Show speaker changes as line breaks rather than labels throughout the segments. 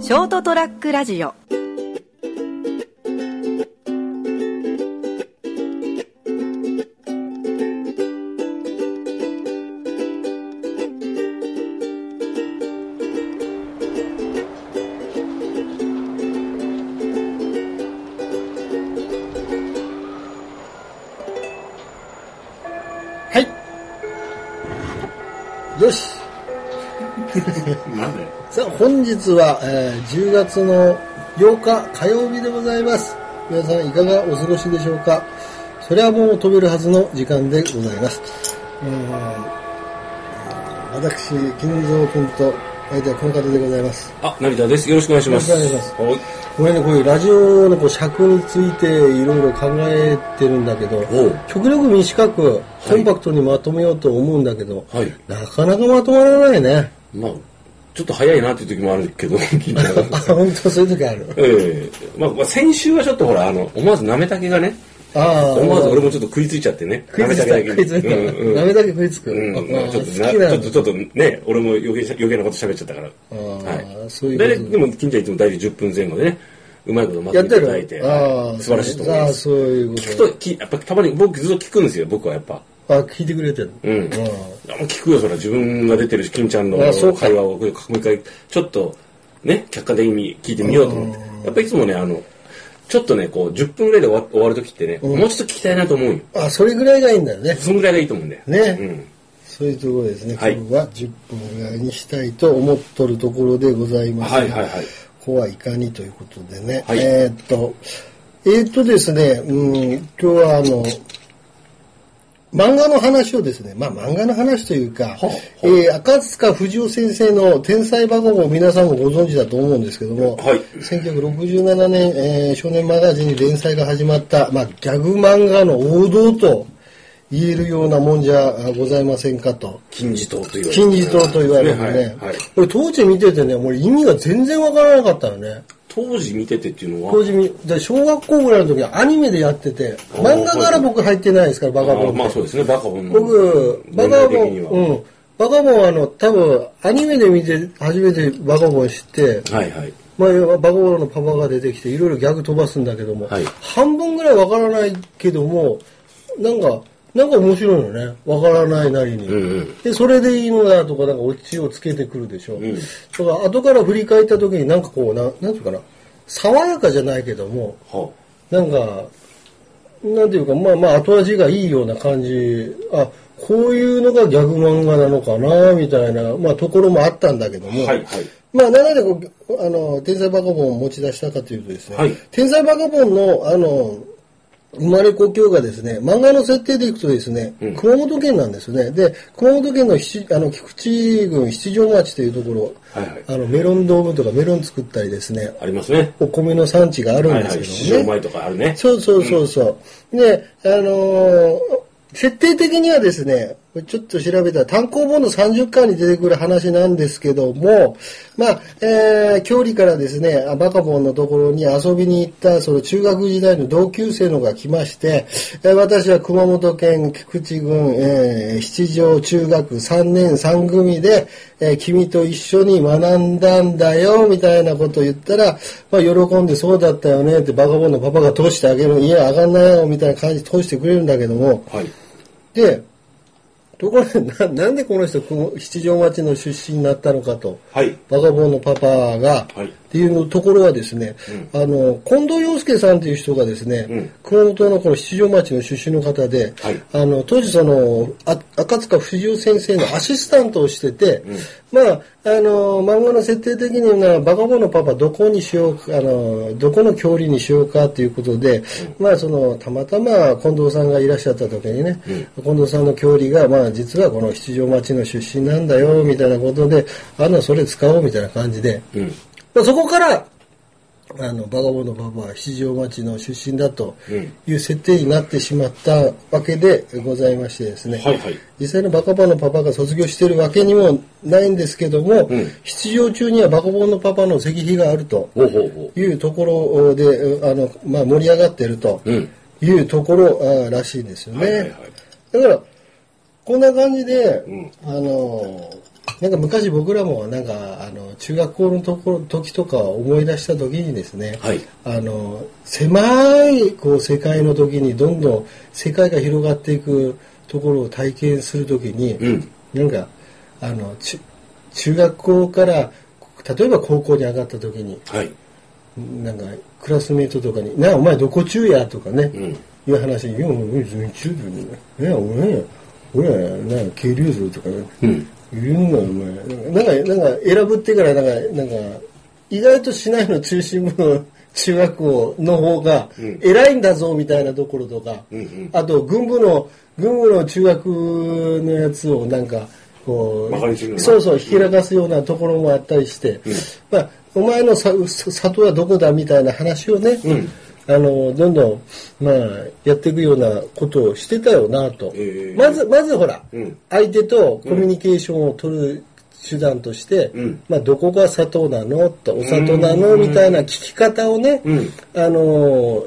ショートトラックラジオ
はい。よし。
なんで
さあ、本日は、えー10月の8日火曜日でございます。皆さんいかがお過ごしでしょうかそれはもう飛べるはずの時間でございます。えー私、金蔵君と、相手はこの方でございます。
あ、成田です。よろしくお願いします。
よろしくお願いし
おい
これね、こういうラジオのこう尺についていろいろ考えてるんだけど、
おう
極力短くコンパクトにまとめようと思うんだけど、
はい
なかなかまとまらないね。
まあ、ちょっと早いなっていう時もあるけど、 聞いた ら
本当そういう時ある。
ええまあ、まあ、先週はちょっとほら、あの、思わずなめたけがね、
ああ
思わず俺もちょっと食いついちゃってね。
食いついた、
なめ
食いつい
けにうんうん
た。ダメだけ食いつく。
うん
あ
まあちょ
好
っとな
き
ち
な
ょっとちょっとね、俺も余計し余計なこと喋っちゃったから。
あー
は
そういうこと
ででも、金ちゃんいつも大体10分前後でね、うまいことま
やっ
とめ
て
てい
る
ただいて、
ああ、
素晴らしいと思いま
ああ、
す。
そういう
聞く、
こと
きやっぱたまに僕ずっと聞くんですよ、僕はやっぱ。
と。あ聞いてくれてる。
うん。
あ
あ聞くよ、そら。自分が出てるし、金ちゃんの
あそうか
会話を、もう一回、ちょっと、ね、客観的に聞いてみようと思って。やっぱいつもね、あの、ちょっとね、こう、10分ぐらいで終わ終わるときってね、もうちょっと聞きたいなと思うよ。
ああ、それぐらいがいいんだよね。
そのぐらいがいいと思うんだよ。
ね
うん。
そういうところですね。今
はい
日は10分ぐらいにしたいと思っとるところでございますが。
はいはいはい
ここはいかにということでね。
はい
えーっと、えーっとですね、うん、今日はあの、漫画の話をですね、まあ漫画の話というか、えー赤塚不二夫先生の天才バカボンを皆さんもご存知だと思うんですけども、
はい
1967年、えー少年マガジンに連載が始まった、まあギャグ漫画の王道と言えるようなもんじゃございませんかと。
金字塔と言われ
金字塔と言われるね。
はい。はい
これ当時見ててね、俺意味が全然わからなかったのね。
当時見ててっていうのは、
当時見、で小学校ぐらいの時はアニメでやってて、
あー
漫画から僕入ってないですから、バカボン
あ
って。
まあそうですね、バカボンの。
僕、バ
年
カ
代
ボ
的
ン、
には。
うん。バカボンはあの、多分、アニメで見て、初めてバカボン知って、
はいはい。
まあ、バカボンのパパが出てきて、いろいろギャグ飛ばすんだけども、
はい
半分ぐらいわからないけども、なんか、なんか面白いのね。わからないなりに。
うんうん。
で、それでいいのだとか、なんかオチをつけてくるでしょ。
ん
だから、後から振り返った時になんかこう、なん、なんていうかな、爽やかじゃないけども、
は
なんか、なんていうか、まあまあ、後味がいいような感じ、あ、こういうのがギャグ漫画なのかな、みたいな、まあ、ところもあったんだけど
あ
も、
はいはい。
まあ、なぜこう、あの、天才バカボンを持ち出したかというとですね、
はい
天才バカボンの、あの、生まれ故郷がですね、漫画の設定でいくとですね、
ん
熊本県なんですね。で、熊本県の七あの菊池郡七条町というところ、
はいはい
あのメロンドームとかメロン作ったりですね、
ありますね。
お米の産地があるん
はい
で
は
す
い。
け
市
ど
場
もね。
前とかあるね。
そうそうそうそう。で、あのー設定的にはですね、ちょっと調べたら単行本の30巻に出てくる話なんですけども、まあ、えー、郷里からですね、あバカボンのところに遊びに行った、その中学時代の同級生のが来まして、えー私は熊本県菊池郡、えー七条中学3年3組で、えー君と一緒に学んだんだよ、みたいなことを言ったら、まあ、喜んでそうだったよねってバカボンのパパが通してあげる、いや、あがんなよ、みたいな感じで通してくれるんだけども、
はい。
で、ところでな、なんでこの人、この七条町の出身になったのかと。
はい。
バカボンのパパが、
はい
っていうところはですね、あの、近藤洋介さんという人がですね、
うん
熊本のこの七条町の出身の方で、
はい
あの、当時その、あ赤塚不二夫先生のアシスタントをしてて、まあ、あの、漫画の設定的には、バカボンのパパどこにしようか、あの、どこの距離にしようかということで、まあ、その、たまたま近藤さんがいらっしゃった時にね、近藤さんの距離が、まあ、実はこの七条町の出身なんだよ、みたいなことで、あの、それ使おう、みたいな感じで、
うん。
まあ、そこから、あの、バカボンのパパは七条町の出身だという設定になってしまったわけでございましてですね。
はいはい。
実際のバカボンのパパが卒業してるわけにもないんですけども、
うん
出場中にはバカボンのパパの石碑があると
ほうほうほ
いうところで、うあの、まあ、盛り上がってると
う。うん。
いうところあーらしいんですよね。
はいはいはい。
だから、こんな感じで、
ん
あのーなんか昔僕らもなんかあの中学校のとこ時とか思い出した時にですね、
はい
あの狭いこう世界の時にどんどん世界が広がっていくところを体験する時に、
うん
なんかあのち中学校から例えば高校に上がった時に
はい。
なんかクラスメートとかに「なあお前どこ中や?」とかね、
うん。
いう話に「いや俺全然中だよねいや俺俺なんか軽量する」とかね
うん。
言うんだよお前なんかなんか選ぶってからなんかなんか意外と市内の中心部の 中学校の方が
うん
偉いんだぞみたいなところとか、
うんうん
あと軍部の軍部の中学のやつをなんかこう
馬鹿にするような
そうそうひきらかすようなところもあったりして、まあ、お前のささ里はどこだみたいな話をね、
うん
あのどんどん、まあ、やっていくようなことをしてたよなと、
ええ
まずまずほら、
うん
相手とコミュニケーションを取る手段として、
うん
まあ、どこが砂糖なのとお砂糖なのみたいな聞き方をね、
うん
あの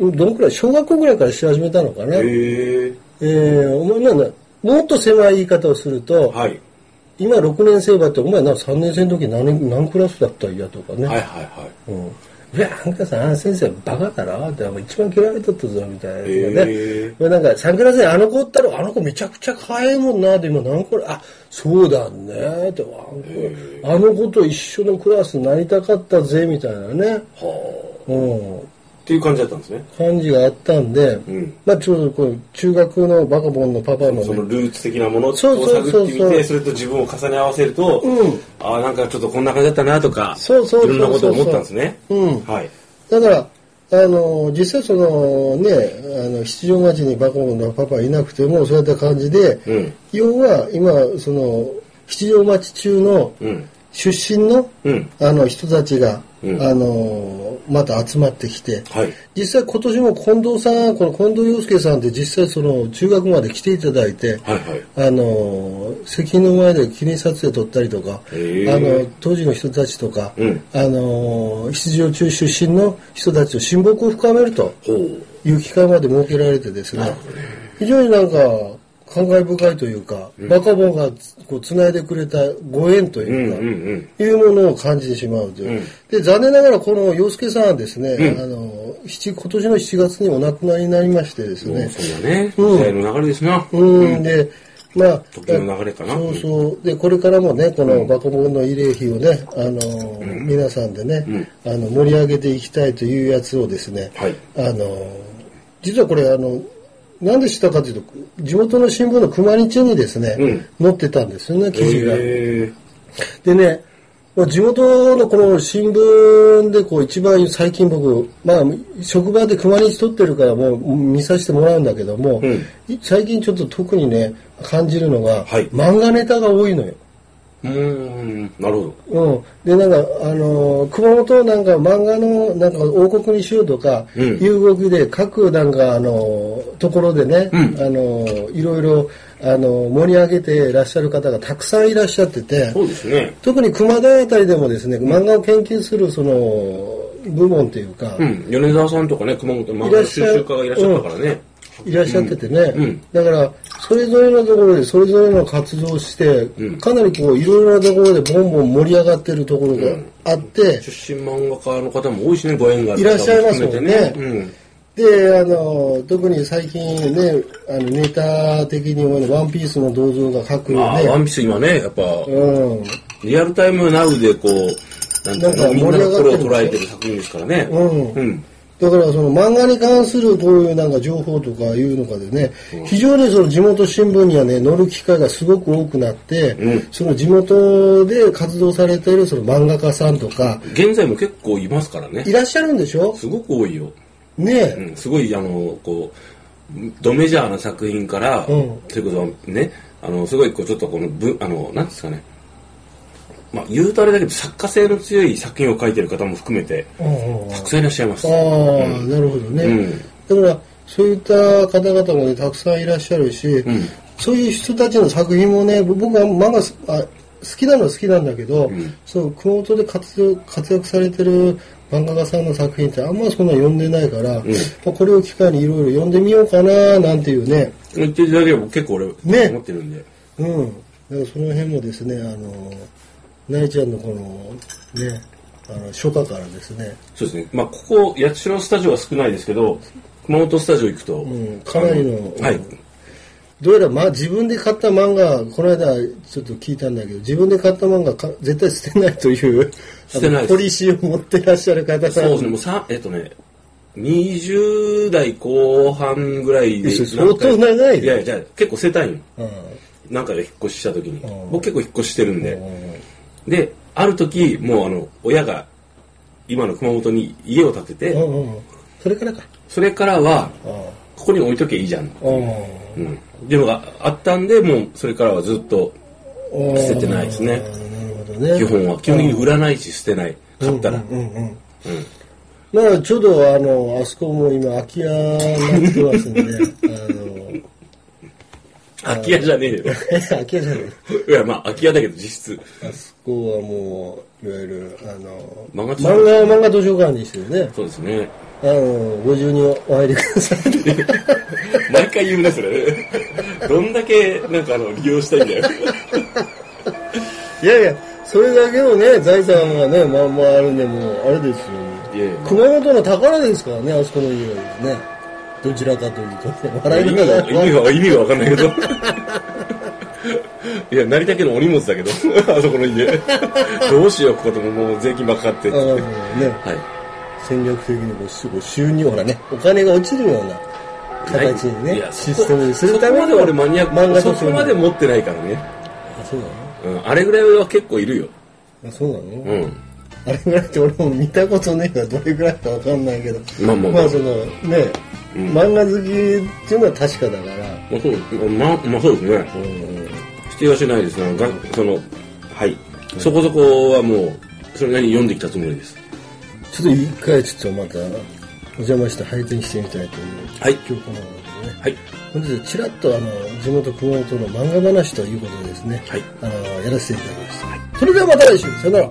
どのくらい小学校ぐらいからし始めたのかな、え
へえ。
ーお前なんだもっと狭い言い方をすると、
はい。
今6年生だってお前な3年生の時何何クラスだったんやとかね、
はいはいはい。
うんいや、なんかさ、あの先生バカだなって、一番嫌われとったぞ、みたいなね。
へ
いやなんか、サンクラスにあの子おったら、あの子めちゃくちゃ可愛いもんなって、今何これ、あ、そうだねって、あの
へ
子あの子と一緒のクラスになりたかったぜ、みたいなね、
はあ。
うん、
っていう感じだったんですね。
感じがあったんで、
うん
まあ、ちょうどこう、中学のバカボンのパパの
その
ね、
ルーツ的なものを探
そうそうそうそう
ってみて、それと自分を重ね合わせると、
うん
ああ、なんかちょっとこんな感じだったなとか、
そうそうそうそう
いろんなことを思ったんですね。
うん
はい。
だから、あの実際そのねあの七条町にバカボンのパパいなくてもそういった感じで、
うん。
要は今その七条町中の
うん。
出身の、
うん。
あの人たちが、
うん
あのまた集まってきて、
はい。
実際今年も近藤さんこの近藤洋介さんって実際その中学まで来ていただいて、
はいはい。
あの石の前で記念撮影撮ったりとか、
へー
あの当時の人たちとか、
うん
あの七条中出身の人たちと親睦を深めると
ほう。
いう機会まで設けられてですね、非常になんか感慨深いというか、バカボンがつこう繋いでくれたご縁と
うん
いううか、
んうん。
いうものを感じてしまうという。
うん
で、残念ながらこの洋介さんはですね、
うん
あの、七今年の7月にお亡くなりになりましてです
もう
ね、
そうだね。時
うん
代の流れですな。
うん、で、まあ、
時の流れかな
そうそう。で、これからもね、このバコモンの慰霊碑をね、あのー、皆さんでね、あの、盛り上げていきたいというやつをですね、
はい
あのー、実はこれ、あの、なんで知ったかというと、地元の新聞の熊日にですね、載ってたんですよね、記事が。
へ
でね、まあ地元のこの新聞でこう一番最近僕、まあ職場で熊日撮ってるからもう見させてもらうんだけども、
ん
い最近ちょっと特にね、感じるのが、
はい
漫画ネタが多いのよ。
え。うん。なるほど。
うん、でなんか、あのー熊本なんか漫画のなんか王国にしようとか、
うん
遊牧で各なんか、あのーところでね、
うん
あのーいろいろ、あのー盛り上げていらっしゃる方がたくさんいらっしゃってて、
そうですね。
特に熊谷あたりでもですね、漫画を研究するその部門というか、
うん。米沢さんとかね、熊本漫
い
画
らっ
の
し
収
ゃ
集家がいらっしゃったからね。
いらっしゃっててね、
んうん
だからそれぞれのところでそれぞれの活動をして、
うん
かなりこういろいろなところでボンボン盛り上がってるところがあって、
出身漫画家の方も多いしね、ご縁がある
いらっしゃいますもんね
方も含めてね
であの特に最近ねあのネタ的にもね「ワンピースの銅像が各
うん。ああ、ワ
ね
ンピース今ね、やっぱ、
うん
リアルタイムナウでこう、なんていうの、みんなの心を捉えてる作品ですからね。
うん
うん。
だからその漫画に関するこういうなんか情報とかいうのかでね、非常にその地元新聞にはね、載る機会がすごく多くなって、
うん
その地元で活動されているその漫画家さんとか、
現在も結構いますからね
い。らっしゃるんでしょ
すごく多いよ。
ね
う
え。
ん、すごいあのこうドメジャーな作品から、
うん
それこそねあのすごいこうちょっとこのぶあのなんですかねまあ言うとあれだけど作家性の強い作品を書いてる方も含めて
うんうん
たくさんいらっしゃいます。
ああ、なるほどね、だからそういった方々もねたくさんいらっしゃるし、
ん
そういう人たちの作品もねぼ僕は漫画すあ好きなのは好きなんだけど、そう熊本で活動活躍されてる漫画家さんの作品ってあんまそんな読んでないから、まあこれを機会にいろいろ読んでみようかななんていうね、
言っていただければ結構俺、
ね
思ってるんで。
うん、だからその辺もですね、あの、なえちゃんのこの、ね、あの初夏からですね、
そうですね。まあ、ここ、八代スタジオは少ないですけど、熊本スタジオ行くと、
んかなりの
あはい。
どうやらまあ自分で買った漫画、この間ちょっと聞いたんだけど、自分で買った漫画か絶対捨てないという、
捨てないです
あのポリシーを持ってらっしゃる方が、
そうですね、もうさ、えっとね、20代後半ぐらいで。
いやそれ相当長いね
いやいや、じゃあ結構世帯員。
うん
何回か引っ越しした時に
うん、
僕結構引っ越してるん
う
で。
ん
で、ある時、もうあの、親が、今の熊本に家を建て
う
て、
んうんうんそれからか。
それからは、
うん
ここに置いときゃいいじゃん。
うん
うん。っていうのがあったんで、もうそれからはずっと捨ててないですね
あーなるほどね。
基本は基本的に売らないし捨てない買ったら、
うんうんうん。まあちょうどあの、あそこも今空き家になってますんで、 あの、
空き家じゃねえよ
空き家じゃない。
いやまあ空き家だけど実質
あそこはもう、いわゆる、あの、
漫画図書
漫画は漫画図書館ですよね。
そうですね
あの、ご自由にお入りくだ さい。
毎回言うねそれね どんだけなんかあの利用したいんだよ
いやいや、それだけのね、財産がね、まあまああるんで、もう、あれですよ、
いやいや
熊本の宝ですからね、あそこの家はね。どちらかというと、笑
意
いな
味
が
が
ら
意味が意味が分かんないけどいや成田家のお荷物だけど あそこの家どうしようここでももう税金ばっかかって
あのね、
はい
戦略的にこうすごい収入ほらねお金が落ちるような形に
い
ね
やそ
シ
こ
ステムにするため
そこまで俺マニア
漫画
ックそこまで持ってないからね、
あそうなの
うん、あれぐらいは結構いるよ
あそうなの、
うん
あれぐらいって俺も見たことねえからどれぐらいかわかんないけど
まあまあまあ
そのね、漫画好きっていうのは確かだから
まあそう、まあ、まあそうですね。否定はしないですね。がその、はい。そこそこはもう、それなりに読んできたつもりです。
ちょっと一回ちょっとまたお邪魔して拝見してみたいと思う
はい。
今日この頃でね
はい。
本日ちらっとあの地元熊本の漫画話ということでですね、
はい
あのやらせていただきました、それではまた来週さよなら